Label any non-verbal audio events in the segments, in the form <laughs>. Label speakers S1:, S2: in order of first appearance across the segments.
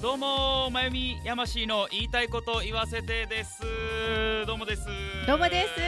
S1: どうもまゆみやましいの言いたいこと言わせてですどうもです
S2: どうもです。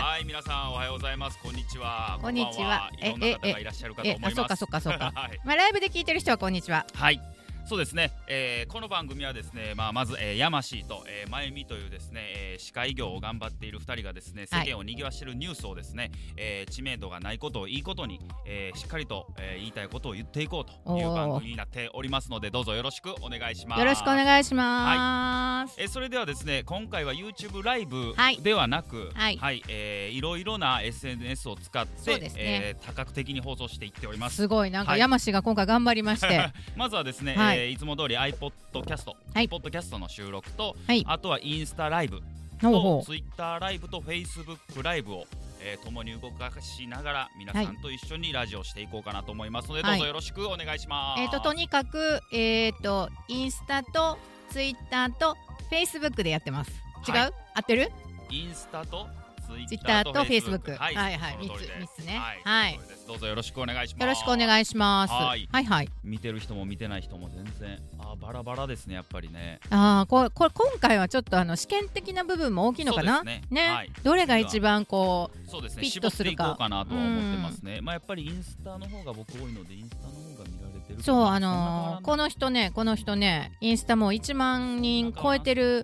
S1: はい皆さんおはようございますこんにちは
S2: こんにちは
S1: こんばんいろんな方
S2: ええ
S1: がいらっしゃるかと
S2: え
S1: 思います
S2: あ、そうかそうかそうか。
S1: <laughs> はい
S2: まあライブで聞いてる人はこんにちは。
S1: はいそうですね、えーこの番組はですね、まあ、まず、えー、山氏と、えー、まゆみというですね、えー、歯科医業を頑張っている二人がですね世
S2: はい
S1: 間を賑わしているニュースをですね、えー知名度がないことをいいことに、えーしっかりと、えー言いたいことを言っていこうという
S2: おー
S1: 番組になっておりますのでどうぞよろしくお願いします。
S2: よろしくお願いします。
S1: えーそれではですね今回は YouTube ライブ
S2: はい
S1: ではなく、
S2: はい
S1: えーいろいろな SNS を使って、
S2: そうですね
S1: えー多角的に放送していっております。
S2: すごいなん
S1: は
S2: か
S1: い
S2: 山氏が今回頑張りま
S1: <laughs>
S2: して、
S1: まずはですね、
S2: はい
S1: いえーいつも通り iPod キャスト、
S2: はい
S1: iPod キャストの収録と、
S2: はい
S1: あとはインスタライブ
S2: ほう
S1: と
S2: ほう
S1: Twitter ライブと Facebook ライブを、えー、共に動かしながら皆さんと一緒にラジオしていこうかなと思いますので、
S2: はい
S1: どうぞよろしくお願いします。
S2: えっ、ととにかくえっ、とインスタとツイッターとフェイスブックでやってます。違う？
S1: は
S2: 合ってる？
S1: インスタと Twitter
S2: Twitter
S1: と
S2: と Facebook
S1: はい、
S2: はいはい
S1: その通り
S2: 三つ
S1: です
S2: 三つね
S1: は
S2: はいい
S1: そうですどうぞよろしくお願いします。
S2: よろしくお願いします。
S1: は
S2: はいいはい。
S1: 見てる人も見てない人も全然あーバラバラですねやっぱりね。
S2: ああここ今回はちょっとあの試験的な部分も大きいのかな
S1: そう。ですね
S2: ね
S1: はい
S2: どれが一番こう
S1: そうですね
S2: ピッ
S1: 絞
S2: と
S1: って
S2: す
S1: い
S2: る
S1: こ
S2: か
S1: うかなとは思ってますね。まあやっぱりインスタの方が僕多いのでインスタの方が見られてるかな。
S2: そうあ
S1: そんな変わら
S2: の
S1: な
S2: ー
S1: い
S2: この人ねこの人ねインスタもう1万人超えてる
S1: うんうん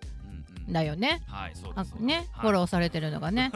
S2: んだよね。
S1: はいそうで
S2: あ
S1: すそうです
S2: ね、
S1: はい
S2: フォローされてるのが
S1: <laughs>
S2: ね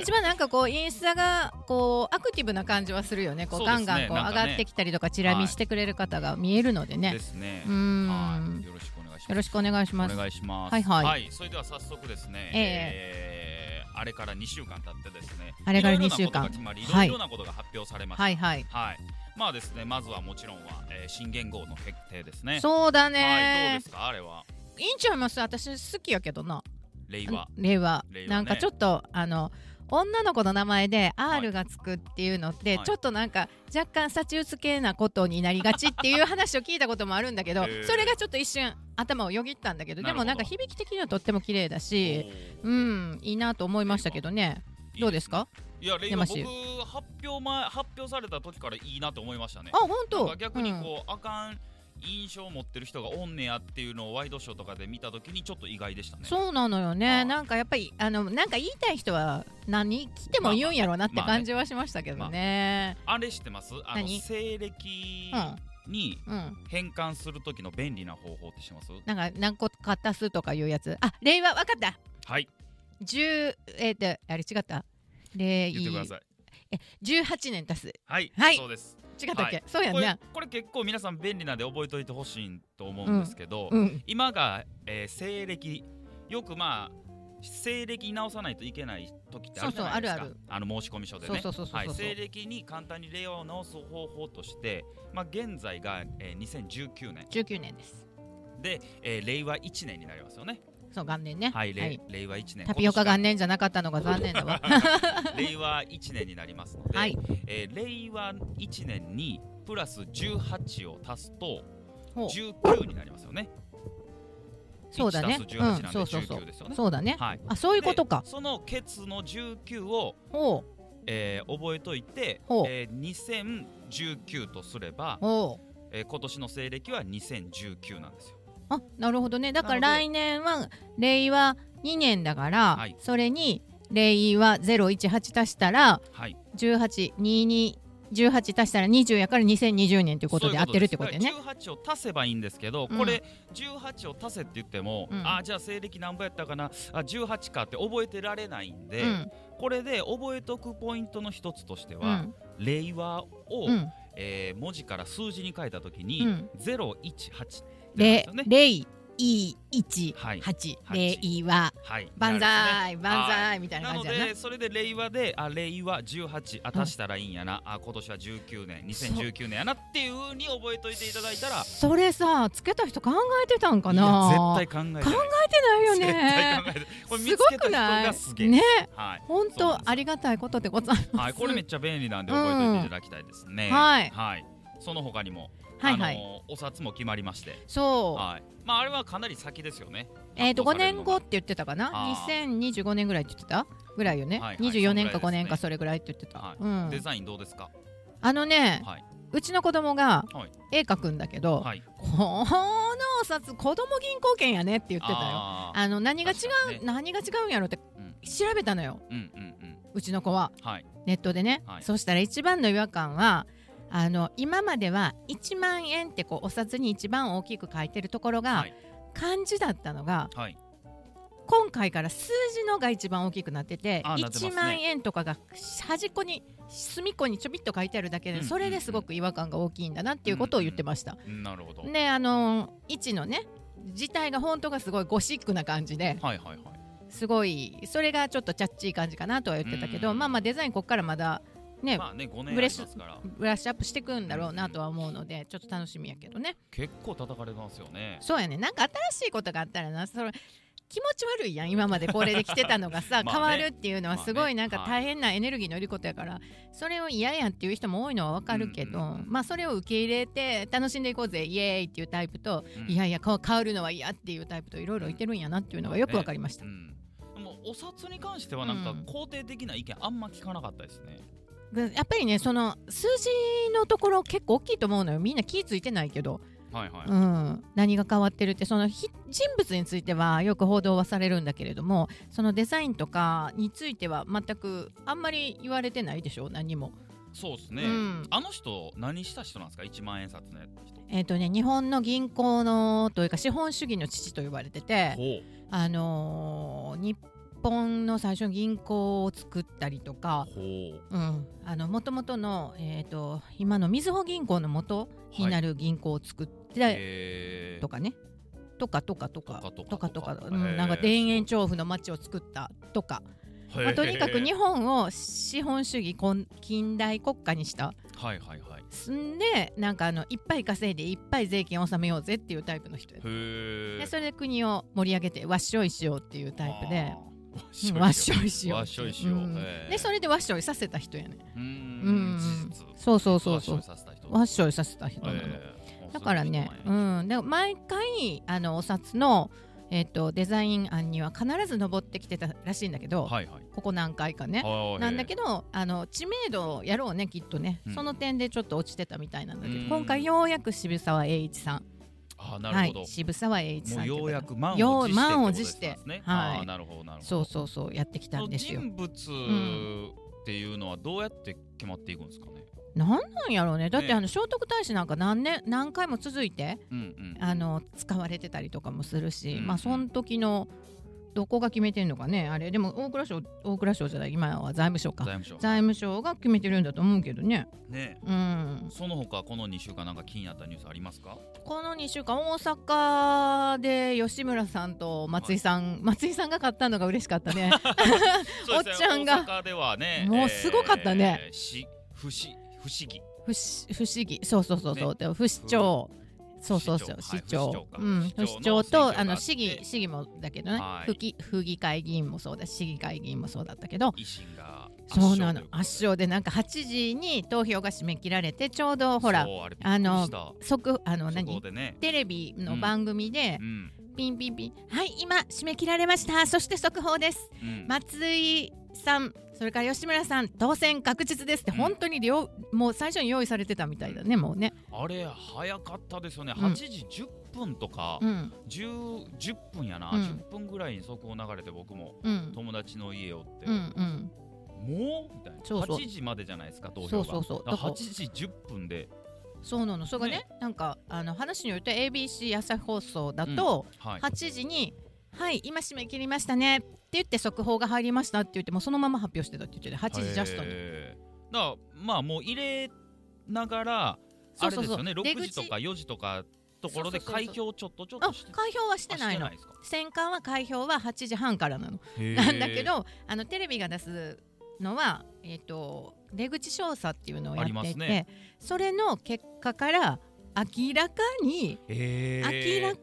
S2: 一番なんかこうインスタがこうアクティブな感じはするよねこう
S1: そうです
S2: ガ
S1: ね
S2: ンガンこう
S1: なんか
S2: 上
S1: ね
S2: がってきたりとかチラ見してくれる方が見えるのでね、
S1: ですね
S2: う。ーん、
S1: はいよろしくお願いします。
S2: よろしくお願いします
S1: お願いします。
S2: はいはい
S1: それでは早速ですね。
S2: ええ
S1: えーあれから2週間経ってですね。
S2: あれから
S1: いろい
S2: 2週
S1: ろなことが
S2: 間
S1: 決まり、いろ
S2: はいい
S1: ろなことが発表されました。
S2: はいはい、
S1: はい。まあですね、まずはもちろんは、えー新元号の決定ですね。
S2: そうだ
S1: はい、どう
S2: ね
S1: ですかあれは。
S2: いいんちゃいます私好きやけどな
S1: 令和。
S2: 令和
S1: 令和ね
S2: なんかちょっとあの女の子の名前で
S1: はい
S2: R がつくっていうのって、
S1: はい
S2: ちょっとなんか若干サチウス系なことになりがちっていう話を聞いたこともあるんだけ
S1: へ
S2: ど、
S1: ー
S2: それがちょっと一瞬頭をよぎったんだけどでも
S1: な
S2: な
S1: るほど
S2: んか響き的にはとっても綺麗だ
S1: おー
S2: しうんいいなと思いましたけどねどうですか
S1: いや、令和
S2: 山
S1: 僕
S2: 氏
S1: 発表前発表された時からいいなと思いましたね
S2: あ。本
S1: なん
S2: 当
S1: か逆にこう、あかん印象を持ってる人がおんねやっていうのをワイドショーとかで見た時にちょっと意外でした
S2: う
S1: ね。
S2: んそうなのよ
S1: あー
S2: ねなんかやっぱりあのなんか言いたい人は何来ても言うんやろうなって
S1: まあまあね
S2: 感じはしましたけどね,、
S1: あれ知ってます？あの
S2: 何
S1: 西暦に
S2: うんうん
S1: 変換する時の便利な方法って知ってます？
S2: なんか何個か足すとかいうやつあ令和わかった
S1: はい、
S2: 十えっ、とあれ違った。零
S1: 言ってください。
S2: 十八年足す。
S1: はい、
S2: はい
S1: そうです。
S2: 違ったっけ？
S1: は
S2: そうや
S1: こ
S2: んな
S1: れ。これ結構皆さん便利なんで覚えておいてほしいと思うんですけど、
S2: うん。
S1: 今が、えー西暦よくまあ西暦に直さないといけない時ってあるじゃないですか
S2: そうそうある
S1: あの申込書でね
S2: そうそうそうそうそう
S1: はい、西暦に簡単に令和を直す方法として、まあ、現在が、えー、2019年
S2: 十九年です。
S1: で、えー令和1年になりますよね
S2: そう元年ね。
S1: はい、れい、令和1年
S2: タピオカ
S1: 今
S2: 元年じゃなかったのが残念だわ。
S1: 年が令和1年になりますので、
S2: <laughs> はい。
S1: えー令和1年にプラス18を足すと
S2: ほう
S1: 19になりますよね
S2: そうだね。
S1: 1+18
S2: う
S1: なんで
S2: ん。そうそうそ
S1: 19
S2: う
S1: ですよね。
S2: そうだね。
S1: はい
S2: あそういうことか
S1: で。そのケツの19を、
S2: ほ
S1: えー覚えといて、
S2: ほう
S1: えー2019とすれば
S2: う、ほう。
S1: えー今年の西暦は2019なんですよ。
S2: あなるほどね。だから
S1: なので
S2: 来年は令和二年だから、
S1: はい
S2: それに令和ゼロ一八足したら
S1: はい、
S2: 十八二二十八足したら二十やから二千二十年ということで合ってるってことだよね。
S1: すだから18を足せばいいんですけど、
S2: うん
S1: これ18を足せって言っても、
S2: うん
S1: あーじゃあ西暦何ぼやったかなあ18かって覚えてられないんで、
S2: うん
S1: これで覚えとくポイントの一つとして
S2: う
S1: は、
S2: ん
S1: 令和を、
S2: うん。
S1: えー文字から数字に変えたときに、
S2: うん
S1: 018ってなるんです
S2: で
S1: よね、。
S2: レイ、イ、イチ、
S1: はい
S2: ハチ、
S1: 八
S2: レイは、
S1: はい、
S2: 万
S1: なるんですね
S2: 歳、万歳みたいな
S1: な
S2: 感
S1: の
S2: じだな
S1: で。それで令和であ令和18あ足したらいいんやな、あ今年は19年2019年やなっていう風に覚えといていただいたら
S2: それさ、つけた人考えてたんかない
S1: や絶対考えてない
S2: 考えてないよ
S1: 絶対
S2: ね。
S1: 考えてないこれ見
S2: す
S1: つ
S2: ご
S1: けた
S2: く
S1: 人
S2: な
S1: がすげえ、
S2: いね、
S1: はい
S2: 本
S1: そうなんで
S2: 当
S1: すよ
S2: ありがたいことでございます。
S1: はいこれめっちゃ便利なんで覚えといていただきたいですね、
S2: うんはい
S1: その他にも、
S2: はいはい
S1: あのお札も決まりまして
S2: そう。
S1: はいまああれはかなり先ですよね
S2: えっと、
S1: 発行さ
S2: 5
S1: れるの
S2: 年
S1: が
S2: 後って言ってたかな
S1: あ
S2: ?2025 年ぐらいって言ってたぐらいよね
S1: はいはい。
S2: 24年か
S1: そんぐらいですね
S2: 5年かそれぐらいって言ってた
S1: は。い
S2: うん
S1: デザインどうですか
S2: あのね
S1: はい、
S2: うちの子供が
S1: はい
S2: 絵描くんだけど、
S1: はい
S2: このお札子供銀行券やねって言ってたよあ
S1: あー
S2: の何が違
S1: 確かに
S2: う、
S1: ね
S2: 何が違うんやろって
S1: うん
S2: 調べたのよ
S1: うんうんうん
S2: うちの子は
S1: はい
S2: ネットでね、
S1: はい
S2: そうしたら一番の違和感はあの今までは1万円ってこうお札に一番大きく書いてるところが
S1: はい
S2: 漢字だったのが
S1: はい
S2: 今回から数字のが一番大きくなってて
S1: あーなってますね
S2: 1万円とかが端っこに隅っこにちょびっと書いてあるだけ
S1: う
S2: で
S1: ん
S2: それですごく違和感が大きいんだなっていうことを言ってました。
S1: なるほど、
S2: ねあの位置のね自体が本当がすごいゴシックな感じで
S1: はいはいはい
S2: すごいそれがちょっとチャッチー感じかなとは言ってたけど、
S1: うん
S2: まあまあデザインここからまだね、
S1: まあね5年
S2: ブ
S1: あ
S2: レ
S1: り
S2: ス
S1: ますから
S2: ブラッシュアップしていくんだろうなとは思うのでちょっと楽しみやけどね
S1: 結構叩かれますよね
S2: そうやねなんか新しいことがあったらなその気持ち悪いやん今までこれで来てたのが
S1: <laughs>
S2: さ、
S1: まあね
S2: 変わるっていうのはすごい
S1: まあね
S2: なんか大変なエネルギーのいることやから、それを嫌やんっていう人も多いのはわかるけど、
S1: うんうんうん
S2: まあそれを受け入れて楽しんでいこうぜイエーイっていうタイプと、
S1: うん
S2: いやいやこう変わるのは嫌っていうタイプといろいろいてるんやなっていうのがよくわかりました
S1: う、んでもお札に関してはなんか
S2: うん
S1: 肯定的な意見あんま聞かなかったですね、
S2: でやっぱりねその数字のところ結構大きいと思うのよみんな気付いてないけど
S1: はいはい、
S2: うん、何が変わってるってそのひ人物についてはよく報道はされるんだけれどもそのデザインとかについては全くあんまり言われてないでしょ何も。
S1: そうですね、
S2: うん
S1: あの人何した人なんですか1万円札の人
S2: えーとね、日本の銀行のというか資本主義の父と言われてて、
S1: ほ
S2: あのー日本の最初の銀行を作ったりとか
S1: うほう
S2: うんあの元々の、えー、と今のみずほ銀行の元になる銀行を作って、
S1: へー
S2: とかね。とかとかとか
S1: とか
S2: と
S1: とか
S2: かと
S1: と
S2: か
S1: か
S2: うんなんか田園調布の街を作ったとか、
S1: へー
S2: まあ、とにかく日本を資本主義こん近代国家にした
S1: はいはいはい
S2: すんでなんかあのいっぱい稼いでいっぱい税金を納めようぜっていうタイプの人や
S1: へ
S2: で
S1: え
S2: それで国を盛り上げてわっしょいしようっていうタイプで
S1: プ
S2: うんわっしょいしよう
S1: わっしょいしよう
S2: うん
S1: へー
S2: でそれでわっしょいさせた人やね
S1: うー
S2: うん
S1: ん事実
S2: そうそうそうそ
S1: わっ
S2: う
S1: しょいさせた人
S2: わっしょいさせた人なの、
S1: へー
S2: だからね、、
S1: そうういうん
S2: で毎回あのお札の、えっとデザイン案には必ず登ってきてたらしいんだけど、
S1: 人なんやはいはい
S2: ここ何回かね。
S1: あー
S2: なんだけどあの知名度をやろうねきっとね、
S1: うん
S2: その点でちょっと落ちてたみたいなんだけど
S1: うん
S2: 今回ようやく渋沢栄一さん
S1: あーな
S2: は
S1: るほど
S2: い、渋沢栄一
S1: も
S2: さん
S1: う
S2: って
S1: ようやく満
S2: よう
S1: を持して
S2: 満を持して
S1: ってことですね
S2: はい
S1: あーなるほどなるほど
S2: そうそうそうやってきたんですよ
S1: 人物っていうのはどうやって決まっていくんですかね。
S2: なんなんやろうねだって
S1: ね
S2: あの聖徳太子なんか何年何回も続いて
S1: うんうん。
S2: あの使われてたりとかもするし、
S1: うん
S2: まあその時のどこが決めてるのかねあれでも大蔵省大蔵省じゃない今は財務省か
S1: 財務省。
S2: 財務省が決めてるんだと思うけどね
S1: ね。
S2: うん
S1: その他この2週間なんか気になったニュースありますか。
S2: この2週間大阪で吉村さんと松井さん、松井さんが買ったのが嬉しかっ
S1: <laughs>
S2: たねおっちゃんが
S1: そうですね大阪ではね。
S2: もうすごかったね
S1: えー。し不思不思議。
S2: 不思不思議そうそうそうそう、で不死鳥そうそうそう市
S1: 市長
S2: 長、う
S1: は
S2: ん
S1: い
S2: 不
S1: 不
S2: 死
S1: 死
S2: 鳥
S1: 鳥の
S2: と
S1: 選挙があって
S2: あの市議市議もだけどね
S1: はい
S2: 府議府議会議員もそうだし市議会議員もそうだったけど
S1: 維新が圧
S2: そう
S1: 勝
S2: なの
S1: といこ
S2: 圧勝でなんか8時に投票が締め切られてちょうどほら
S1: とで。そうあれびっ
S2: あ
S1: くり
S2: の
S1: した。
S2: 即あの
S1: そこ
S2: 何
S1: でね。
S2: テレビの番組で
S1: う、ん
S2: ピンピンピンはい今締め切られましたそして速報です
S1: うん。
S2: 松井さんそれから吉村さん当選確実ですって
S1: うん
S2: 本当に両、もう最初に用意されてたみたいだねもうね
S1: あれ早かったですよね。
S2: うん
S1: 8時10分とか
S2: うん
S1: 10 10分やな。
S2: うん
S1: 10分ぐらいに速報流れて僕も。
S2: うん
S1: 友達の家をって、
S2: うんうん
S1: もうみたいな
S2: そうそう
S1: 8時までじゃないですか投票が
S2: そうそうそう
S1: だか
S2: だからら
S1: 8時10分で、
S2: そうなのそれがねなんかあの話によると ABC 朝日放送だと、
S1: はい、
S2: 8時に「はい今締め切りましたね」って言って速報が入りましたって言ってもうそのまま発表してたって言ってて8時ジャストに。
S1: へーだからまあもう入れながら
S2: そうそう
S1: あれです
S2: そう
S1: よね
S2: 出
S1: 6
S2: 口
S1: 時とか4時とかところで
S2: そうそうそうそう
S1: 開票をちょっとちょっ
S2: あ
S1: として
S2: 開票はしてない
S1: あ
S2: の
S1: ですか
S2: 戦艦は開票は8時半からなの <laughs> な
S1: なん
S2: だけどあのテレビが出すのは、えー、と出口調査っていうのをやってい
S1: ありま
S2: て、
S1: すね
S2: それの結果から明らかに、
S1: 明
S2: 明らか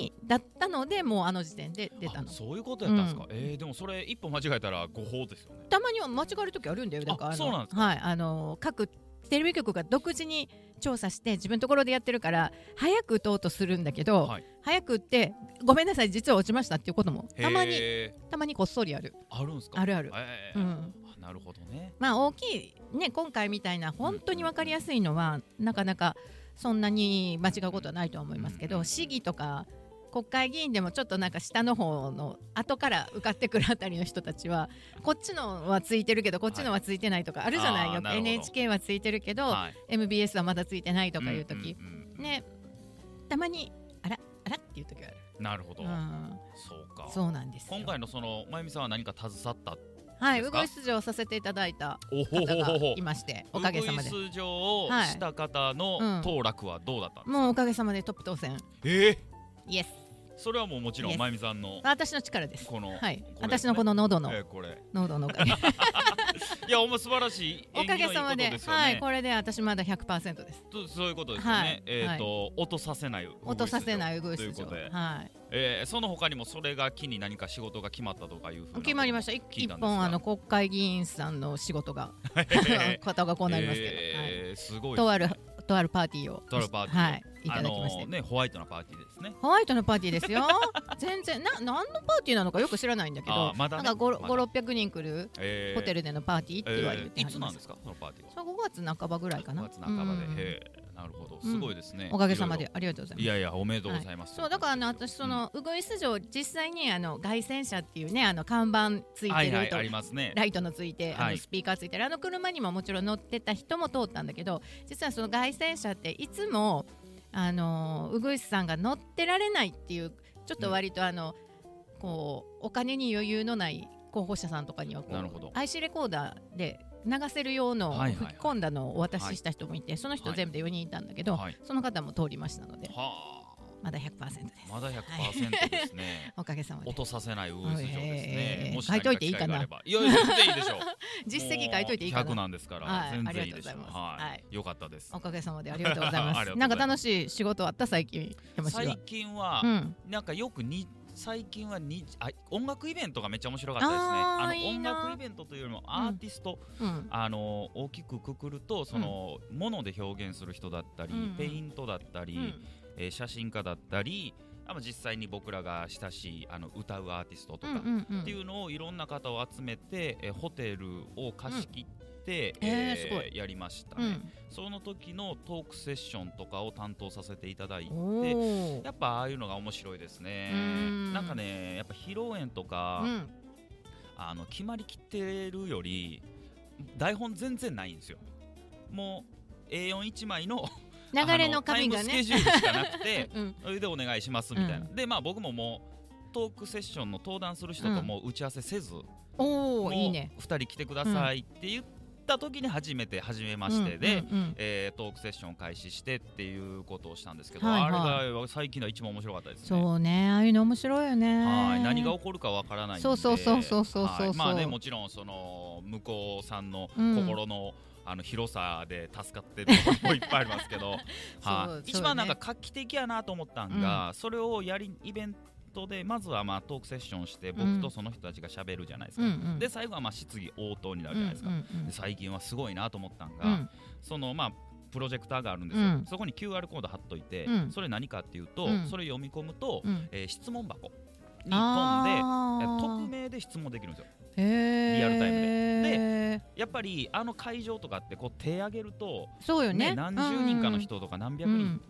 S2: にだったのでもうあの時点で出たの
S1: そういうことやったんですか、えーでもそれ一歩間違えたら誤報ですよね
S2: たまには間違える時あるんだよだから
S1: あ
S2: の
S1: そうなんですか
S2: はい、あの各テレビ局が独自に調査して自分のところでやってるから早く打とうとするんだけど、
S1: はい
S2: 早く打ってごめんなさい実は落ちましたっていうこともたまに
S1: へー
S2: たまにこっそりある
S1: あるんですか
S2: あるある
S1: え
S2: う
S1: ー
S2: ん
S1: あななるほどね。
S2: まあ大きいね今回みたいな本当に分かりやすいのは、なかなかそんなに間違うことはないとは思いますけど、
S1: うん
S2: 市議とか国会議員でもちょっとなんか下の方の後から受かってくるあたりの人たちはこっちのはついてるけどこっちのはついてないとかあるじゃないよ、
S1: あーなるほど
S2: NHK はついてるけど、
S1: はい。
S2: MBS はまだついてないとかいう
S1: うん
S2: 時、
S1: うんうん
S2: ねたまにあらあらっていう時はある、
S1: なるほど。
S2: う
S1: そうか
S2: ん、。そうなんですよ
S1: 今回のそのまゆみさんは何か携わった。
S2: は
S1: で
S2: いウ
S1: す
S2: グ
S1: か
S2: イス嬢をさせていただいた
S1: お
S2: 方がいましておかげさまで
S1: ウグイス上をした方
S2: はいうん
S1: の当落はどうだったんですか。
S2: もうおかげさまでトップ当選
S1: ええ
S2: イエス
S1: それはもうもちろ
S2: イエ
S1: ん
S2: ス
S1: まゆみさんの
S2: 私の力です
S1: この
S2: はい
S1: これ
S2: 私のこの喉の
S1: えーこれ。
S2: 喉のおかげ
S1: いやほんま素晴らしい
S2: お
S1: <laughs> 縁起
S2: か
S1: のいいこ
S2: げさま
S1: と
S2: で
S1: ですよね。
S2: はいこれで私まだ100%です
S1: とそういうことですよね。
S2: はい
S1: えっ、と、落とさせない。
S2: 落とさせないウグイ
S1: とい
S2: ス
S1: うこ
S2: 嬢
S1: とで、
S2: はい
S1: えーその他にもそれが機に何か仕事が決まったとかいうふうな
S2: 決まりま
S1: し
S2: した一
S1: 聞い
S2: 一
S1: たんですが
S2: 本あの国会議員さんの仕事が
S1: た。
S2: 方がこうなりますけど、はい、
S1: えーすごいですね。
S2: とあるとあるパーティーを
S1: とあるパーティーを
S2: はいいただきまし
S1: あ
S2: て
S1: のねホワイトなパーティーですね。
S2: ホワイトのパーティーですよ全然な何のパーティーなのかよく知らないんだけど
S1: あーまだね
S2: なんか
S1: まだ
S2: 5600人来る
S1: え
S2: ホテ
S1: ルっ
S2: ルでのパーティーっては言って
S1: い
S2: はり
S1: つな
S2: ま
S1: ん
S2: す
S1: ですかそのパーティーは。
S2: そう5月半ばぐらいかな
S1: 5月半ばで
S2: うん。
S1: へーなるほどすごいですね。
S2: おかげさま
S1: い
S2: で
S1: ろ
S2: ありがとうござい
S1: いろ。い
S2: ま
S1: や
S2: す
S1: いやおめでとうございます。
S2: そうだからあの私そのウグイス城実際にあの凱旋車っていうねあの看板つい
S1: は
S2: て
S1: いは
S2: る
S1: い
S2: と
S1: ありますね。
S2: <laughs> ライトのついて、あ
S1: は
S2: の
S1: い
S2: スピーカーついてるあの車にももちろん乗ってた人も通ったんだけど実はその凱旋車っていつもあのーウグイスさんが乗ってられないっていうちょっと割とあの、こうお金に余裕のない候補者さんとかにはこう
S1: なるほど
S2: IC レコーダーで流せる用のを
S1: はいはい
S2: 吹
S1: はい
S2: き込んだのをお渡しした人もいて、その人
S1: はい
S2: 全部で4人いたんだけど、
S1: はい。
S2: その方も通りましたので
S1: はあ
S2: まだ100%です
S1: まだ100%ですね。
S2: おかげさまで
S1: 落とさせないウグイス嬢です
S2: え
S1: ね
S2: え。
S1: もし
S2: 書いといていいか
S1: 何
S2: な
S1: 機会があればいやいや全然いいでしょう。
S2: <laughs> 実績書いといていいか
S1: もう100
S2: な
S1: なんですから、
S2: はい
S1: 全然いいでしょ
S2: ありがとうございます
S1: はい
S2: はい
S1: よかったです
S2: おかげさまでありがとうございま
S1: ありがとうございます
S2: すなんか楽しい仕事あった最近山氏は
S1: 最近は、
S2: うん、
S1: なんかよくに最近はにあ音楽イベントがめっちゃ面白かったですね
S2: あー
S1: あの
S2: いい
S1: 音
S2: な
S1: 楽イベントというよりもアーティスト、
S2: うん、
S1: あの大きくくくるとその、もので表現する人だったり、
S2: うんうん
S1: ペイントだったり、えー写真家だったりあの実際に僕らが親しいあの歌うアーティストとか、
S2: っ
S1: っていうのをいろんな方を集めて、えーホテルを貸し切って、
S2: うんえーすごい
S1: やりました
S2: う
S1: ね、
S2: ん、
S1: その時のトークセッションとかを担当させていただいて
S2: おー
S1: やっぱああいうのが面白いですね
S2: うーん
S1: なんかねやっぱ披露宴とか、
S2: うん、
S1: あの決まりきってるより台本全然ないんですよもう A41 枚
S2: <laughs>
S1: の
S2: 流れ
S1: あ
S2: の紙が
S1: タイム
S2: ね
S1: スケジュールしかなく
S2: <laughs>
S1: て
S2: うん
S1: それでお願いしますみたいな、
S2: うん
S1: でまあ僕ももうトークセッションの登壇する人とも打ち合わせせず、
S2: お
S1: も
S2: お
S1: う
S2: いいね
S1: 2人来てくださいって言った時に初めて初めましてで、
S2: うんうんうん
S1: えートークセッションを開始してっていうことをしたんですけど、
S2: はいはい
S1: あれが最近の一番面白かったですね。
S2: そうねああいうの面白いよね
S1: はい何が起こるかわからないんで
S2: そうそうそうそうそうそう
S1: はいまあねもちろんその向こうさんの
S2: うん
S1: 心の、あの広さで助かってるとこ
S2: <laughs>
S1: ろもいっぱいありますけど、
S2: そう
S1: はい、
S2: そう
S1: 一番なんか画期的やなと思ったんが、それをやりイベントでまずはまあトークセッションして
S2: う
S1: 僕
S2: ん
S1: とその人たちが喋るじゃないですか、
S2: うんうん
S1: で最後はまあ質疑応答になるじゃないですか、
S2: うんうん
S1: で最近はすごいなと思ったんが、
S2: うん
S1: そのまあプロジェクターがあるんですよ、
S2: うん
S1: そこに QR コード貼っといて、
S2: うん
S1: それ何かっていうと、
S2: うん
S1: それ読み込むと、
S2: うん
S1: えー質問箱に飛んでえー匿
S2: で
S1: 名で質問できるんですよ
S2: リ
S1: リアルタイム
S2: で
S1: やっぱりあの会場とかってこう手上げると、
S2: そうよね
S1: 何十人かの人とか何百人か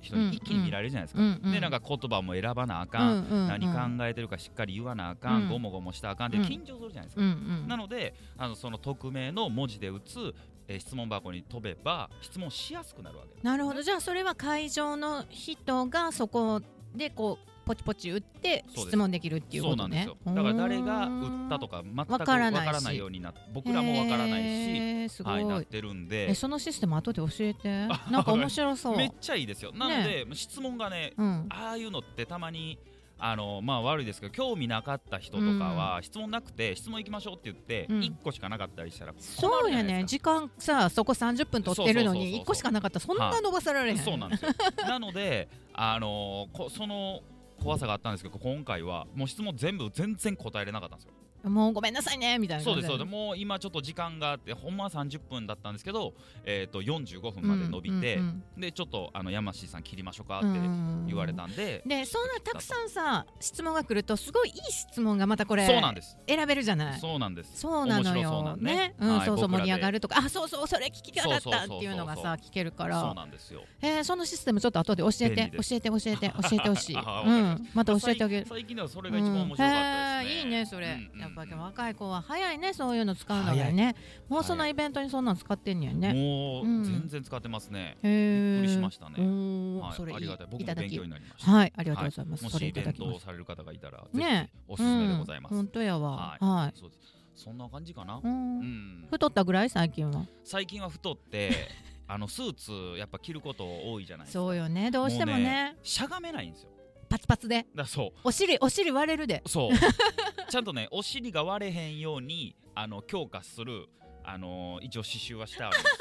S1: 人に一気に見られるじゃないですか、
S2: うんうん
S1: でなんか言葉も選ばなあかん、何
S2: 何
S1: 考えてるかしっかり言わなあかん、
S2: うん
S1: ごもごもしたあかんで
S2: うん
S1: 緊張するじゃないですか、
S2: うんうん
S1: なのであのその匿名の文字で打つ、えー質問箱に飛べば質問しやすくなるわけです
S2: なるほどじゃあそれは会場の人がそこでこうポチポチ打って
S1: そうです
S2: 質問できるっていう
S1: そ
S2: こ
S1: うな
S2: と
S1: んです
S2: ね
S1: よだから誰が打ったと
S2: か
S1: か全くわ
S2: わ
S1: か
S2: からないし
S1: らないようになって僕らもわからないし、
S2: すご、
S1: はいい、なってるんで
S2: えそのシステム後で教え
S1: <laughs>
S2: てなんか面白そう、
S1: めっちゃいいですよなので、質問がね
S2: うん、
S1: ああいうのってたまにあのまあ悪いですけど興味なかった人とかは、質問なくて質問行きましょうって言って、
S2: うん
S1: 1個しかなかったりしたら困るじゃ
S2: そう
S1: な
S2: や
S1: い
S2: ね
S1: です
S2: 時間さそこ30分取ってるの
S1: そうそうそうそう
S2: に1個しかなかったらそんな伸ばされられへ
S1: か
S2: ん、
S1: そうなんですよ <laughs> なのであのこその怖さがあったんですけど今回はもう質問全部全然答えれなかったんですよ
S2: もうごめんなさいねみたいな
S1: そう
S2: 感
S1: で
S2: じ
S1: すそうですもう今ちょっと時間があってほんまは30分だったんですけど、えー、と45分まで伸びて、
S2: うんうん
S1: でちょっとあの山師さん切りましょうかっ
S2: う
S1: て
S2: んうんうん
S1: 言われたんで、
S2: でそんなたくさんさ質問が来るとすごいいい質問がまたこれ
S1: そうなんです、
S2: 選べるじゃない
S1: そうなんです
S2: そうなの
S1: 面白そうな
S2: よ
S1: んね
S2: ねうん
S1: はい
S2: そうそう
S1: 僕ら
S2: 盛
S1: で
S2: り上がるとかあそうそうそれ聞きたかっ
S1: そうそうそう
S2: たっ
S1: そう
S2: ていうのがさ聞けるか
S1: そう
S2: ら
S1: なんですよ
S2: えーそのシステムちょっと後で教え
S1: 便利
S2: て
S1: で
S2: 教
S1: す
S2: えて教え
S1: <laughs>
S2: て教えてほしい
S1: あわ
S2: う
S1: かりま
S2: んまた教えてあげる
S1: 最最近ではそれが一番面白かったですね、
S2: うんへーいいねそれ、
S1: うんうん
S2: やっぱり若い子は早いねそういうの使うのがねもうそのイベントにそんなの使ってんのよね
S1: もう
S2: うん
S1: 全然使ってますね、
S2: へ
S1: びっ
S2: え
S1: くりしましたね、
S2: おー
S1: はい
S2: それい
S1: あ
S2: い
S1: りがたい僕
S2: い
S1: も
S2: ただ
S1: 勉強
S2: き
S1: になりました
S2: はいありがとうございます、
S1: も
S2: そ
S1: し
S2: れ
S1: イ
S2: い
S1: ベ
S2: た
S1: ン
S2: だき
S1: ト
S2: ま
S1: を
S2: す
S1: される方がいたら、
S2: ね
S1: ぜひおすすめでございます、
S2: 本当やわ
S1: はい
S2: はい、
S1: そうですそんな感じかな、
S2: う、
S1: うんん、
S2: 太ったぐらい最近は
S1: 最近は太ってあのスーツやっぱ着ること多いじゃないですか
S2: そうよねどうしてもね
S1: しゃがめないんですよ
S2: パツパツ
S1: だ
S2: で
S1: からそ
S2: お尻お尻割れるで
S1: うそうちゃんとねお尻が割れへんようにあの強化するあの一応刺繍はしてあるんです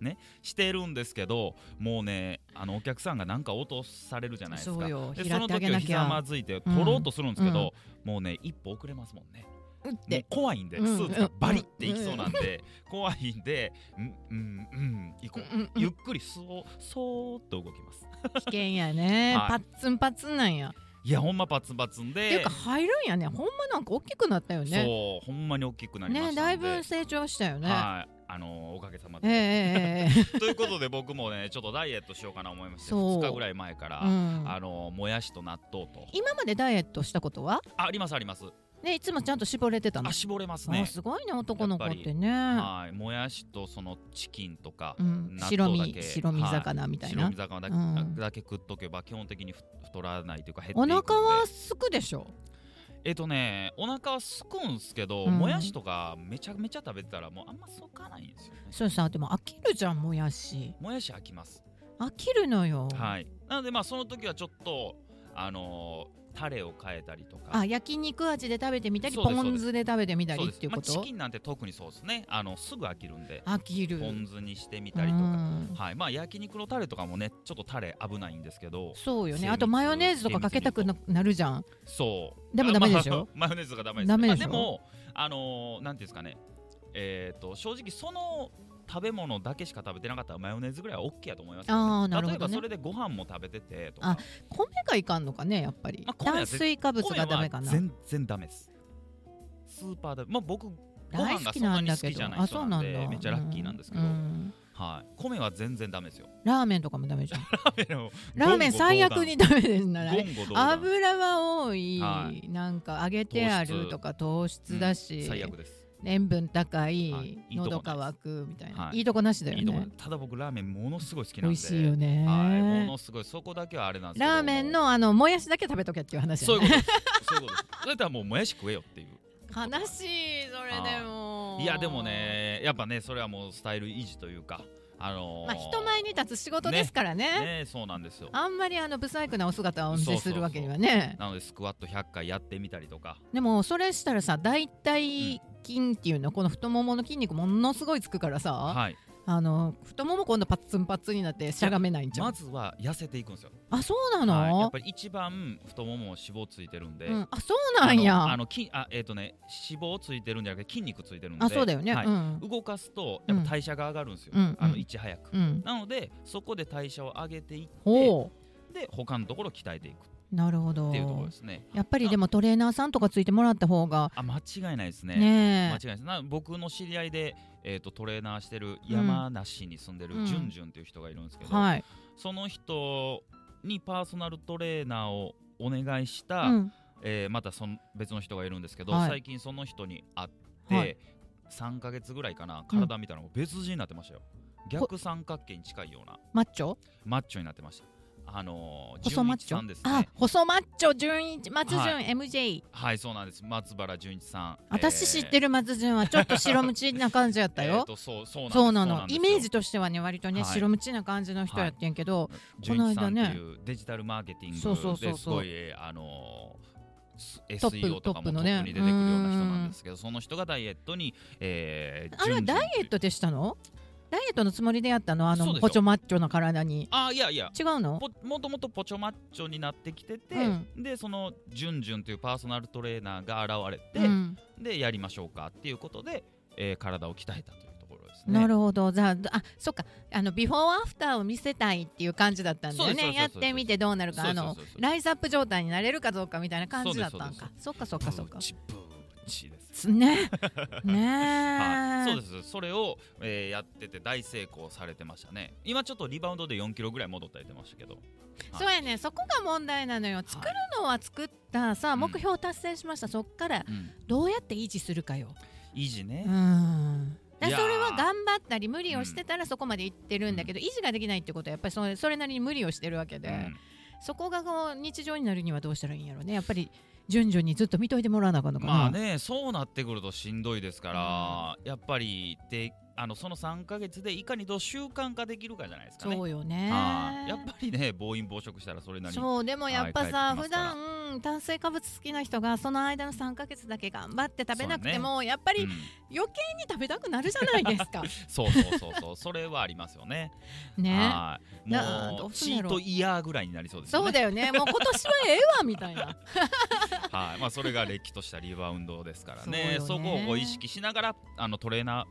S1: ね、してるんですけどもうねあのお客さんがなんか落とされるじゃないです
S2: そ
S1: か
S2: うよ
S1: で
S2: 拾
S1: その
S2: ってあ
S1: 時
S2: げ
S1: は
S2: な
S1: ひ
S2: き
S1: ざま
S2: ゃ
S1: ずいて取ろうとするんですけど、もうね一歩遅れますもんね
S2: うっ
S1: もう
S2: て
S1: 怖いんでス
S2: うん
S1: ーツがバリっていきそうなんで、怖いんでうんうんうん行こう、
S2: うんうんうん
S1: ゆっくりそうそーっと動きます
S2: 危険やね
S1: はい
S2: パッツンパッツンなんや
S1: いやほんまパツパツん
S2: ってい
S1: で
S2: うか入るんやねほんまなんか大きくなったよね
S1: そうほんまに大きくなりました
S2: ね
S1: んで
S2: だいぶ成長したよね
S1: はいあのーおかげさまで、
S2: ええええええ
S1: ということで僕もねちょっとダイエットしようかな思いまして
S2: そう
S1: 2日ぐらい前から、
S2: う
S1: <laughs>
S2: ん
S1: あのーもやしと納豆と
S2: 今までダイエットしたことは
S1: あありますあります
S2: ねいつもちゃんと絞れてたの
S1: あ絞れます
S2: あ
S1: ね
S2: すごいね男の子ってね
S1: はいもやしとそのチキンとか、
S2: うん
S1: 納
S2: 白
S1: 豆だ
S2: 身
S1: け
S2: 白身魚みたい
S1: 白
S2: な
S1: 身魚だ,、
S2: うん
S1: だけ食っとけば基本的にふ太らないというか減っていく
S2: お
S1: んで
S2: 腹はすくでしょ
S1: えっとねお腹はすくんすけど、
S2: うん
S1: もやしとかめちゃめちゃ食べてたらもうあんまそかないんですよね
S2: そうさでも飽きるじゃんもやし
S1: もやし飽きます
S2: 飽きるのよ
S1: はいなのでまあその時はちょっとあのータレを変えたりとか
S2: あ焼肉味で食べてみたり
S1: そうで
S2: ポ
S1: す
S2: ン酢で食べてみた
S1: そう
S2: りっ
S1: です
S2: ていうこ
S1: まあ、
S2: と
S1: チキンなんて特にそうですねあのすぐ飽きるんで
S2: 飽きる
S1: ポン酢にしてみたりと
S2: う
S1: か、
S2: ん
S1: はいまあ焼肉のタレとかもねちょっとタレ危ないんですけど
S2: そうよ
S1: 精
S2: ね
S1: 密
S2: あとマヨネーズとかかけたくななるじゃん
S1: そう
S2: でもダメでしょ
S1: あまあ <laughs> マヨネーズがダメです
S2: ダメでしょ
S1: まあ、でもあのーなんていうんですかねえっ、と正直その食べ物だけしか食べてなかったらマヨネーズぐらいは OK やと思いますけど
S2: あーなるほ
S1: 例え
S2: ど
S1: ばそ
S2: ね
S1: れでご飯も食べててとか
S2: あ米がいかんのかねやっぱり
S1: まあ米は
S2: 炭
S1: 絶
S2: 水化物がダメか
S1: 米
S2: な
S1: は全然ダメですスーパーでまあ僕ご
S2: 大
S1: 飯
S2: 好
S1: がそ
S2: き
S1: ん
S2: な
S1: なんに好
S2: だけ
S1: きじ
S2: ど
S1: ゃない
S2: あそう
S1: 人
S2: な
S1: なんで
S2: んだ
S1: めっちゃラッキーなんですけど、
S2: ううん
S1: はい米は全然ダメですよ <laughs>
S2: ラーメンとかもダメじゃんラ
S1: ラ
S2: ーメン最悪にダメですなら
S1: 言語道断
S2: 油は多い、
S1: は
S2: なんか揚げてあるとか糖質だし、
S1: 最悪です、
S2: 塩分高い、
S1: はいいいとこ
S2: 喉
S1: ないです
S2: 乾くみたいな、
S1: はい
S2: い、いとこなしだよね
S1: いいとこただ僕ラーメンものすごい好き
S2: 美
S1: なんで
S2: 味しいよね、
S1: はいものすごいそこだけはあれなんですけど
S2: ラーメンのあのもやしだけ食べとけっていう話
S1: そ
S2: だ
S1: う
S2: よ
S1: いうこ
S2: ね
S1: とですそういうことですそうやったらもうもやし食えよっていう
S2: 悲しいそれでも
S1: いやでもねやっぱねそれはもうスタイル維持というかあのー
S2: まあ人前に立つ仕事ですからね
S1: ねそうなんですよ
S2: あんまりあの不細工なお姿をお見せするわけにはね
S1: なのでスクワット100回やってみたりとか
S2: でもそれしたらさ大腿筋っていうのこの太ももの筋肉ものすごいつくからさ、
S1: はい
S2: あの太もも今度パッツンパッツンになってしゃがめないんじゃん、
S1: まずは痩せていくんですよ、
S2: あそうなの、
S1: はいやっぱり一番太もも脂肪ついてるんで、
S2: うん、あそうなん
S1: あ
S2: や
S1: のあ
S2: あ
S1: の筋あえっ、とね脂肪ついてるんじゃなくて筋肉ついてるんで
S2: そうだよね、
S1: はい
S2: うん
S1: 動かすとやっぱ代謝が上がるんですよ、
S2: うん
S1: あの
S2: うん
S1: いち早く、
S2: うん
S1: なのでそこで代謝を上げていって
S2: ほ
S1: で他のところを鍛えていく
S2: うなるほど
S1: っていうところですね
S2: やっぱりでもトレーナーさんとかついてもらった方が
S1: あ間違いないですね間違
S2: ね
S1: いないですな僕の知り合いで、えー、とトレーナーしてる山梨に住んで
S2: う
S1: る
S2: ん
S1: じゅんじゅんっていう人がいるんですけ
S2: え
S1: ど、
S2: はい、
S1: その人にパーソナルトレーナーをお願いした、
S2: うん、
S1: えーまたその別の人がいるんですけど、
S2: はい
S1: 最近その人に会って、
S2: はい
S1: 3か月ぐらいかな体見たらもう別人になってましたよ、逆三角形に近いような
S2: マッチョ
S1: マッチョになってましたあのー、
S2: 細
S1: 純
S2: マッ
S1: 一
S2: チ
S1: さ
S2: ョ、
S1: んです
S2: あ
S1: ね
S2: 細マッチョ純一松潤、
S1: は
S2: MJ
S1: はいそうなんです松原純一さん
S2: 私知って
S1: る
S2: る松潤はちょっと白ムチ
S1: <laughs>
S2: な感じやったよ、
S1: とそうそうなんです
S2: そうなの
S1: んです
S2: イ
S1: よ
S2: メージとしてはね割とね、
S1: はい
S2: 白ムチな感じの人やってんけど、
S1: 純一さんっていうデジタルマーケティン
S2: そうそ
S1: グ
S2: うそうそう
S1: ですごいえーあのーす
S2: トップ
S1: SEO とかも
S2: ト
S1: ト
S2: ップの
S1: ッ
S2: ね
S1: プに出てくるような人なんですけどその人がダイエットに、えー
S2: あれは
S1: 順々
S2: ダイエットでしたのダイエットのつもりでやったのあ
S1: そう
S2: の
S1: でしょ
S2: ポチョマッチョな体に
S1: あーいやいや
S2: 違うの
S1: ぽもともとポチョマッチョになってきてて、
S2: う
S1: でそのジュンジュンというパーソナルトレーナーが現れて、
S2: うん
S1: でやりましょうかっていうことで、えー体を鍛えたというところですね。
S2: なるほどじゃああそっかあのビフォーアフターを見せたいっていう感じだったんだよ
S1: そうですそう
S2: ね
S1: です
S2: やってみてどうなるかあ
S1: そう
S2: の
S1: そうそうそう
S2: ライズアップ状態になれるかどうかみたいな感じだったんかそっかそっかそっ
S1: ブ
S2: か
S1: ーチブーチです。
S2: つ
S1: <laughs>
S2: ねね
S1: はい、そう
S2: え
S1: ですそれを、えーやってて大成功されてましたね今ちょっとリバウンドで4キロぐらい戻ったり出ましたけどはい
S2: そうやねそこが問題なのよ作るのは作ったさあ
S1: うん
S2: 目標達成しましたそっから
S1: うん
S2: どうやって維持するかよ
S1: 維持ね、
S2: うんだ
S1: い
S2: か
S1: やー
S2: らそれは頑張ったり無理をしてたらそこまでいってるんだけど、維持ができないってことはやっぱりそれそれなりに無理をしてるわけで、
S1: うん
S2: そこがこう日常になるにはどうしたらいいんやろうねやっぱり順々にずっと見といてもらわなあかんのかな、
S1: まあねそうなってくるとしんどいですから、やっぱりであのその3か月でいかにどう習慣化できるかじゃないですかね
S2: そうよね
S1: はいやっぱりね暴飲暴食したらそれなりに
S2: そうでもやっぱ
S1: は
S2: さ、
S1: い帰って
S2: 普
S1: きますから
S2: 段炭水化物好きな人がその間の3か月だけ頑張って食べなくても、やっぱ
S1: う
S2: り
S1: ん
S2: 余計に食べたくなるじゃないで
S1: <laughs>
S2: すか
S1: そうそうそうそうそれはありますよね
S2: ね
S1: はい
S2: な
S1: も
S2: ど
S1: う
S2: うすん
S1: チ
S2: や
S1: ー
S2: ろ
S1: トイヤーぐらいになりそうですよね
S2: そうだよねもう今年はええわみた
S1: <laughs>
S2: いな
S1: はいまあ、それがれっきとしたリバウンドですからねそ
S2: そうよね
S1: こをこう意識しながらあのトレーナー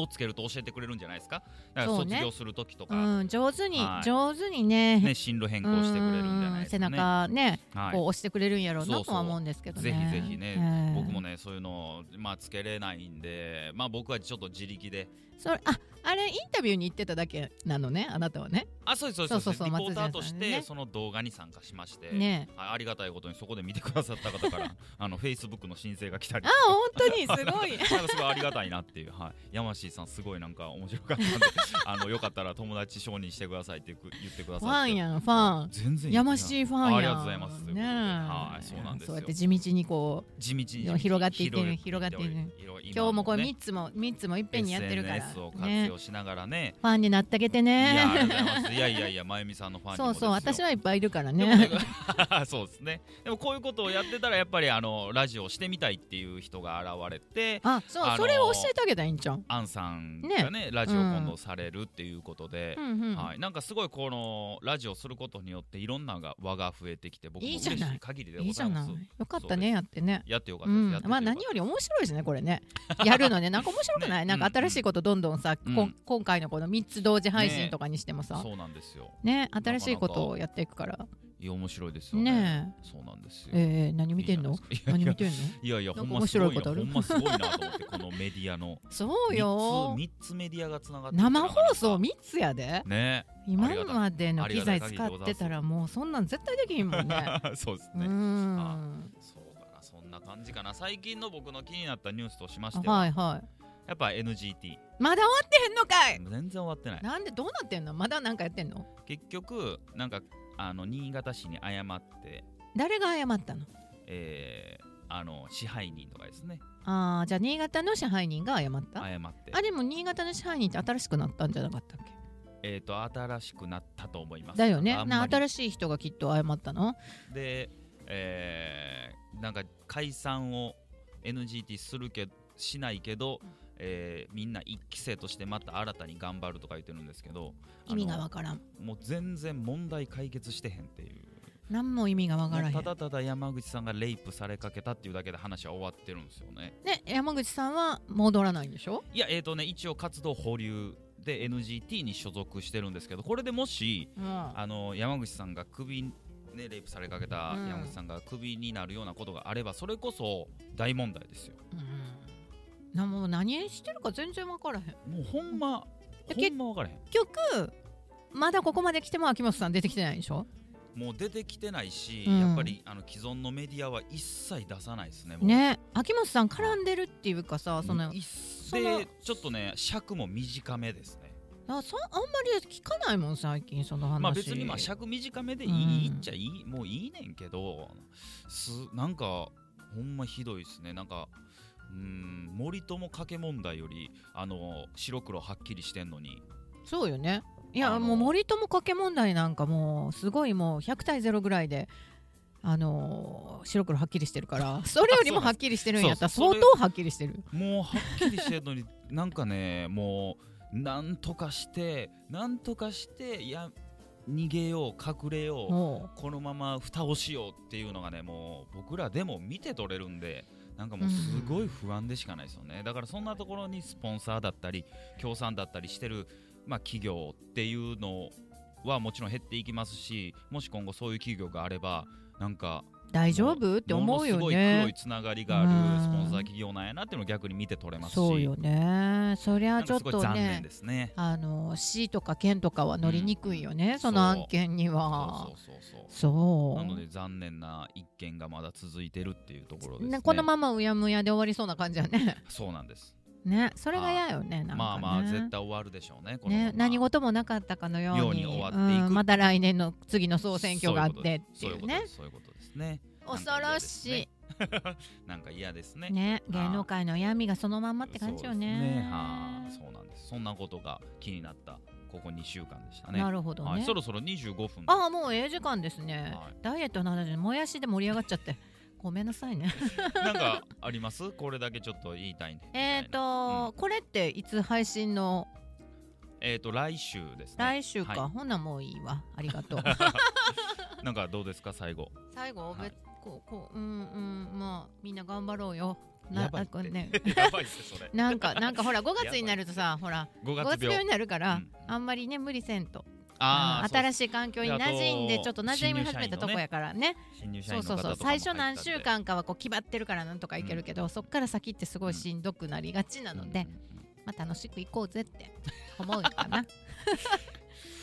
S1: をつけると教えてくれるんじゃないですかだから
S2: そう
S1: 卒
S2: ね
S1: 業する時とか、
S2: うん上手に、
S1: はい
S2: 上手にね
S1: ね、進路変更してくれるんじゃないですか
S2: うん
S1: ね。
S2: 背中ね、
S1: はい
S2: こう押してくれるんやろ
S1: そ
S2: う
S1: うそ
S2: な
S1: う
S2: とは思うんですけど
S1: ぜ
S2: ね。
S1: ひぜひね、
S2: ええ
S1: 僕もねそういうのを、まあ、つけれないんで、まあ、僕はちょっと自力で
S2: それああれインタビューに行ってただけなのねあなたはね。
S1: あそうですそうです
S2: そうそうそう
S1: リポーターとし
S2: 松潤さん
S1: て
S2: ね
S1: その動画に参加しまして、
S2: ね
S1: はいありがたいことにそこで見てくださった方からあの Facebook の申請が来たり。
S2: あ本当にすごい
S1: <laughs> なんかすごいありがたいなっていう、はい、山師さんすごいなんか面白かったんであのよかったら友達承認してくださいって言う言ってくださ
S2: フ
S1: って
S2: ァンやんファン。
S1: 全然
S2: やましいファンやん。
S1: ありがとうございますということ
S2: ね
S1: で
S2: え
S1: はいそうなんですよ
S2: そうやって地道にこう
S1: 地道に地道に
S2: 広がっていって
S1: 広げ
S2: る広がって
S1: いる
S2: 今日もこれ
S1: れ
S2: 三つも三つもいっぺんにやってるから。
S1: SNS を活
S2: ね
S1: 用しながらね
S2: ファンになってあげて
S1: いやありがと
S2: ね。
S1: うございますいやいやいやまゆみさんのファンにも
S2: <laughs> そうそう
S1: です
S2: 私
S1: よ
S2: はいっぱいいるから
S1: でもね
S2: ね。
S1: <laughs> そうですねでもこういうことをやってたらやっぱりあのラジオをしてみたいっていう人が現れて
S2: あそう、
S1: あのー
S2: それを教えてあげたらいいんじゃん。
S1: アンさんがねラジオを今度されるっていうことで、
S2: うんうん。
S1: はい、なんかすごいこのラジオすることによっていろんなが輪が増えてきて僕も
S2: いい
S1: 嬉
S2: じ
S1: し
S2: ゃない
S1: い限りで
S2: い
S1: ご
S2: いじ
S1: ざ
S2: ゃ
S1: い
S2: な
S1: ます
S2: い。よかっ
S1: そ
S2: た
S1: うで
S2: ねやってね。
S1: やってよかっ
S2: う
S1: たです、や
S2: ん
S1: っ、て
S2: まあ
S1: てよか
S2: 何
S1: った
S2: より面白いですねこれね <laughs> やるのねなんか面白くない、
S1: ね
S2: なんか新しいことどんどんさ、
S1: うん
S2: こ
S1: うん
S2: 今回のこの3つ同時配信とかにしてもさね
S1: そうなんですよ
S2: 新しいことをやっていくから
S1: いや面白いですよね
S2: ね
S1: そうなんですよ
S2: ええー何見てんの
S1: いいじゃない
S2: 何
S1: です
S2: 見
S1: か
S2: てんの
S1: いやいやいや
S2: な
S1: ほ
S2: ん
S1: ん
S2: か
S1: ま
S2: 面
S1: す
S2: 白
S1: ご
S2: い
S1: い
S2: こ
S1: なほ
S2: とある
S1: んますごいなと思ってこのメディアの
S2: <laughs> そう
S1: 3
S2: よ
S1: つ三つメディアがつながってるって
S2: 生
S1: なかなか
S2: 放送3つやで
S1: ね
S2: 今
S1: ありがたい
S2: までの
S1: あり
S2: 機
S1: がた
S2: 材
S1: い限
S2: 使
S1: りでござい
S2: っ
S1: ます
S2: てたらもうそんなん絶対できひんもんね
S1: <laughs> そうです
S2: う
S1: ね、
S2: ん
S1: そうかなそんな感じかな最近の僕の気になったニュースとしましては、
S2: はいはい
S1: やっぱ NGT
S2: まだ終わってへんのかい
S1: 全然終わってない
S2: なんでどうなってんのまだなんかやってんの
S1: 結局なんかあの新潟市に謝って、
S2: 誰が謝ったの
S1: えーあの支配人とかですね
S2: ああじゃあ新潟の支配人が謝った
S1: 謝って
S2: あでも新潟の支配人って新しくなったんじゃなかったっけ
S1: えっ、と新しくなったと思います
S2: だよねな
S1: 新
S2: 新しい人がきっと謝ったの
S1: で、えーなんか解散を NGT するけしないけど、えーみんな一期生としてまた新たに頑張るとか言ってるんですけどあの
S2: 意味がわからん
S1: もう全然問題解決してへんっていう
S2: 何も意味がわからへ
S1: もうんただただ山口さんがレイプされかけたっていうだけで話は終わってるんですよね
S2: ね山口さんは戻らないんでしょ
S1: いやえっ、とね一応活動保留で NGT に所属してるんですけどこれでもし
S2: うんあ
S1: あの山口さんが首ねレイプされかけた
S2: うん
S1: 山口さんがクビになるようなことがあればそれこそ大問題ですよ
S2: うんなもう何してるか全然わからへん
S1: もうほんま
S2: で
S1: ほんま分からへん
S2: 結局まだここまで来ても秋元さん出てきてないでしょ
S1: もう出てきてないし、
S2: うん
S1: やっぱりあの既存のメディアは一切出さないですねもう
S2: ね秋元さん絡んでるっていうかさその
S1: 一
S2: その
S1: でちょっとね尺も短めですね
S2: あそあんまり聞かないもん最近その話
S1: まあ別にまあ尺短めでいい
S2: うん
S1: っちゃいい、もういいねんけどすなんかほんまひどいですねなんかうん森友賭け問題よりあの白黒はっきりしてんのに
S2: そうよねい
S1: あ
S2: や
S1: の
S2: もう森友賭け問題なんかもうすごいもう100対0ぐらいで。あのー白黒はっきりしてるか
S1: <laughs>
S2: らそれよりもはっきりしてるんやったら
S1: そう
S2: 相
S1: そう
S2: 当はっきりしてる
S1: <laughs> もうはっきりしてんのになんかねもうなんとかしてなんとかしていや逃げよう隠れよう
S2: も
S1: このまま蓋をしようっていうのがねもう僕らでも見て取れるんでなんかもうすごい不安でしかないですよね、だからそんなところにスポンサーだったり協賛だったりしてる、まあ、企業っていうのはもちろん減っていきますしもし今後そういう企業があればなんか
S2: う大丈夫って思うよ
S1: ものすごい黒い
S2: ね。
S1: つながりがあるスポンサー企業なんやなっていうのを逆に見て取れますし
S2: そうよね。そり
S1: な
S2: ゃ
S1: ん
S2: ちょ
S1: か
S2: っ
S1: すごい
S2: と
S1: 残念
S2: ね
S1: で。すね。
S2: あの市とか県とかは乗りにくいよね、
S1: うん
S2: その案件に
S1: そ
S2: は
S1: う。そうそうそう
S2: そ
S1: な
S2: う
S1: ので残念な一件がまだ続いてるっていうところですね。
S2: ねこのままうやむやで終わりそうな感じだね。
S1: そうなんです。
S2: ね、それが嫌よね。なんかね
S1: まあまあ絶対終わるでしょうね。このまま
S2: ね、何事もなかったかのように
S1: ように終わっていく
S2: うんまた来年の次の総選挙があってって
S1: そ
S2: いう
S1: いう
S2: う
S1: こと
S2: ね
S1: ですそういうことですね。
S2: 恐ろし
S1: なんか嫌ですね。 <laughs>
S2: いね
S1: はい
S2: 芸能界の闇がそのまんまって感じよ
S1: そうですね
S2: ね
S1: はいそうなんです。そんなことが気になったここ2週間でしたね。
S2: なるほどね、
S1: はい。そろそろ25分。
S2: ああもうええ時間ですね、
S1: はい
S2: ダイエットの話でもやしで盛り上がっちゃってごめんなさ
S1: <laughs>
S2: いね
S1: なんかあります？これだけちょっと言いたいね。
S2: えっ、
S1: みたいな。
S2: と、
S1: う
S2: これっていつ配信の
S1: えっと来週ですね。
S2: 来週か、
S1: は
S2: ほんなもういいわありがとう
S1: なんかどうですか最後。
S2: <laughs> 最後、
S1: はい
S2: べこうこううんうんまあみんな頑張ろうよ
S1: やばいっ
S2: なんか
S1: て。
S2: ね
S1: <laughs> やばいっすそれ。
S2: なんかなんかほら5月になるとさほら
S1: 5
S2: 5
S1: 月
S2: 月
S1: 病
S2: 病に。なるから、
S1: うん
S2: あんまりね無理せんと
S1: あ
S2: あ
S1: あ
S2: の新
S1: しい
S2: しい環境に馴染ん
S1: で
S2: で
S1: あと
S2: ちょっと馴染み始めたとこやからね
S1: 新入社
S2: そ
S1: 員
S2: う
S1: の方
S2: そ
S1: とか
S2: うそ
S1: も
S2: う最初
S1: 入っ
S2: 何
S1: たんで
S2: 週間かはこう決まってるからなんとかいけるけど、そっから先ってすごいしんどくなりがちなので、
S1: うんうんうん
S2: まあ楽しくいこうぜって <laughs> 思うかな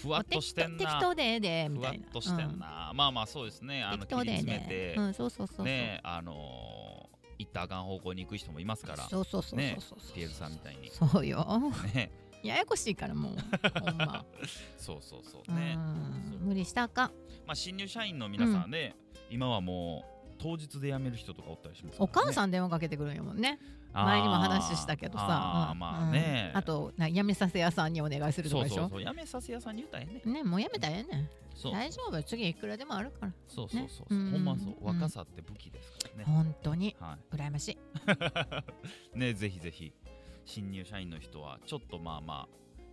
S1: ふわっとしてん
S2: 適
S1: な。
S2: 当でええでみ
S1: ふわ
S2: た
S1: っ
S2: いな
S1: としてんな、まあまあそうですね
S2: う
S1: あ
S2: ん
S1: の
S2: 適
S1: 切
S2: 当
S1: り
S2: でええ
S1: 詰め
S2: で
S1: て、
S2: うんそうそうそうそう、
S1: ねあのー行ったあかん方向に行く人もいますから
S2: そうそうそうそう
S1: ね
S2: そうそう
S1: ピエールさんみたいに
S2: そうよ
S1: ね
S2: ややこしいからもうほんま、
S1: そうそうそう
S2: う
S1: <laughs>
S2: ん
S1: ね、
S2: 無理したらあかん
S1: まあ新入社員の皆さんはね、今はもう当日で辞める人とかおったりします
S2: お母
S1: ん
S2: さん電話かけてくるんやもんね前にも話したけどさ
S1: あー
S2: うん
S1: まあね、
S2: うんあとなやめさせ屋さんにお願いすると
S1: そ
S2: か
S1: う
S2: でし
S1: そう
S2: ょ
S1: そう辞めさせ屋さんに言ったらええね
S2: ねもうやめたらええねん
S1: そう
S2: 大丈夫よ次いくらでもあるから
S1: そうそう
S2: ね
S1: そうそう、
S2: うん
S1: ほんまそう
S2: うん
S1: 若さって武器ですからね、
S2: 本当に
S1: はい
S2: 羨ましい
S1: <laughs> ねぜひぜひ新入社員の人はちょっとまあまあ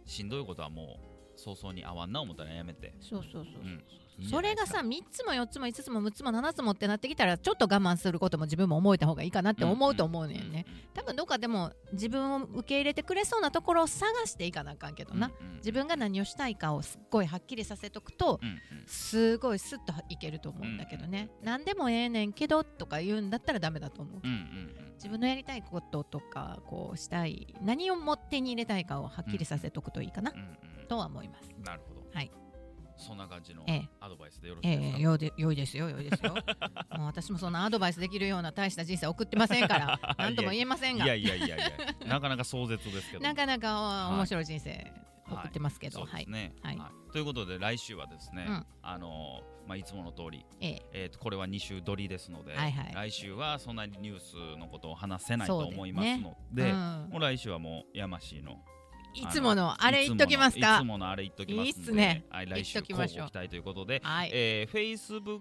S1: しんどいことはもう早々に合わんな思ったらやめて
S2: そうそうそう
S1: う
S2: そうん
S1: いいんじゃ
S2: そ
S1: な
S2: れ
S1: いで
S2: が
S1: すか
S2: さ3つも4つも5つも6つも7つもってなってきたらちょっと我慢することも自分も思えた方がいいかなって思うと思うねんね
S1: うんうん
S2: 多分どっかでも自分を受け入れてくれそうなところを探していかなあかんけどな
S1: うんうん
S2: 自分が何をしたいかをすっごいはっきりさせとくと
S1: うんうん
S2: すごいスッといけると思うんだけどね何でもええねんけどとか言うんだったらダメだと思う
S1: うんうんうん
S2: 自分のやりたいこととかこうしたい何をも手に入れたいかをはっきりさせとくといいかな
S1: うんうん
S2: とは思います。
S1: なるほど
S2: はい
S1: そんな感じの
S2: ええ
S1: アドバイスでよろしいです
S2: え
S1: か、 <laughs>
S2: えようで良いですよ良いですよ。もう私もそんなアドバイスできるような大した人生送ってませんから
S1: <laughs>
S2: 何とも言えませんが
S1: いやいやいやいやなかなか壮絶ですけど
S2: なかなか
S1: はい
S2: 面白い人生送ってますけど、
S1: そう
S2: は
S1: で
S2: い
S1: すね、
S2: はい
S1: ということで来週はですね、
S2: うん
S1: あのーまあ、いつもの通り
S2: え
S1: えー、とこれは2週撮りですので、
S2: はいはい
S1: 来週はそんなにニュースのことを話せないと
S2: そうですね
S1: 思いますの
S2: え
S1: で
S2: うん
S1: もう来週はもう山氏の
S2: いつものあれ
S1: いつも
S2: 言っ
S1: の
S2: ときます
S1: い
S2: か
S1: つものあれ言っときますんで
S2: いいっすね
S1: はい、来週
S2: 言っときましょう
S1: 交互期待ということで、
S2: はい、
S1: えー、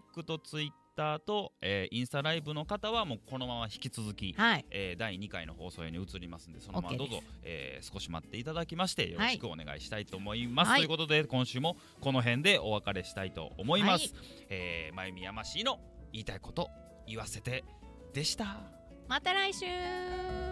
S1: Facebook と Twitter と、えーインスタライブの方はもうこのまま引き続き、
S2: はい、
S1: えー第2回の放送へに移りますんでそのまま
S2: OK
S1: どう
S2: で
S1: ぞ
S2: す、
S1: えー少し待っていただきましてよろしくお願いしたいと思います、
S2: はい
S1: ということで今週もこの辺でお別れしたいと思います、
S2: は
S1: えー、まゆみやましいの言いたいこと言わせてでした
S2: また来週